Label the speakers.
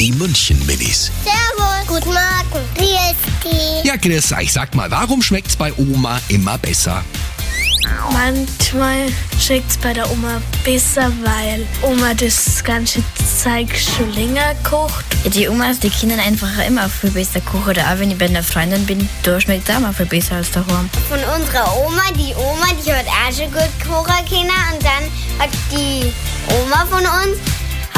Speaker 1: Die München Minis.
Speaker 2: Servus. Guten Morgen. Grüß dich.
Speaker 1: Ja, Chris, ich sag mal, warum schmeckt's bei Oma immer besser?
Speaker 3: Manchmal schmeckt's bei der Oma besser, weil Oma das ganze Zeug schon länger kocht.
Speaker 4: Die Omas, die kennen einfach immer viel besser kochen. Oder auch wenn ich bei einer Freundin bin, da schmeckt es auch mal viel besser als daheim.
Speaker 2: Von unserer Oma, die Oma, die hat auch schon gut kochen können. Und dann hat die Oma von uns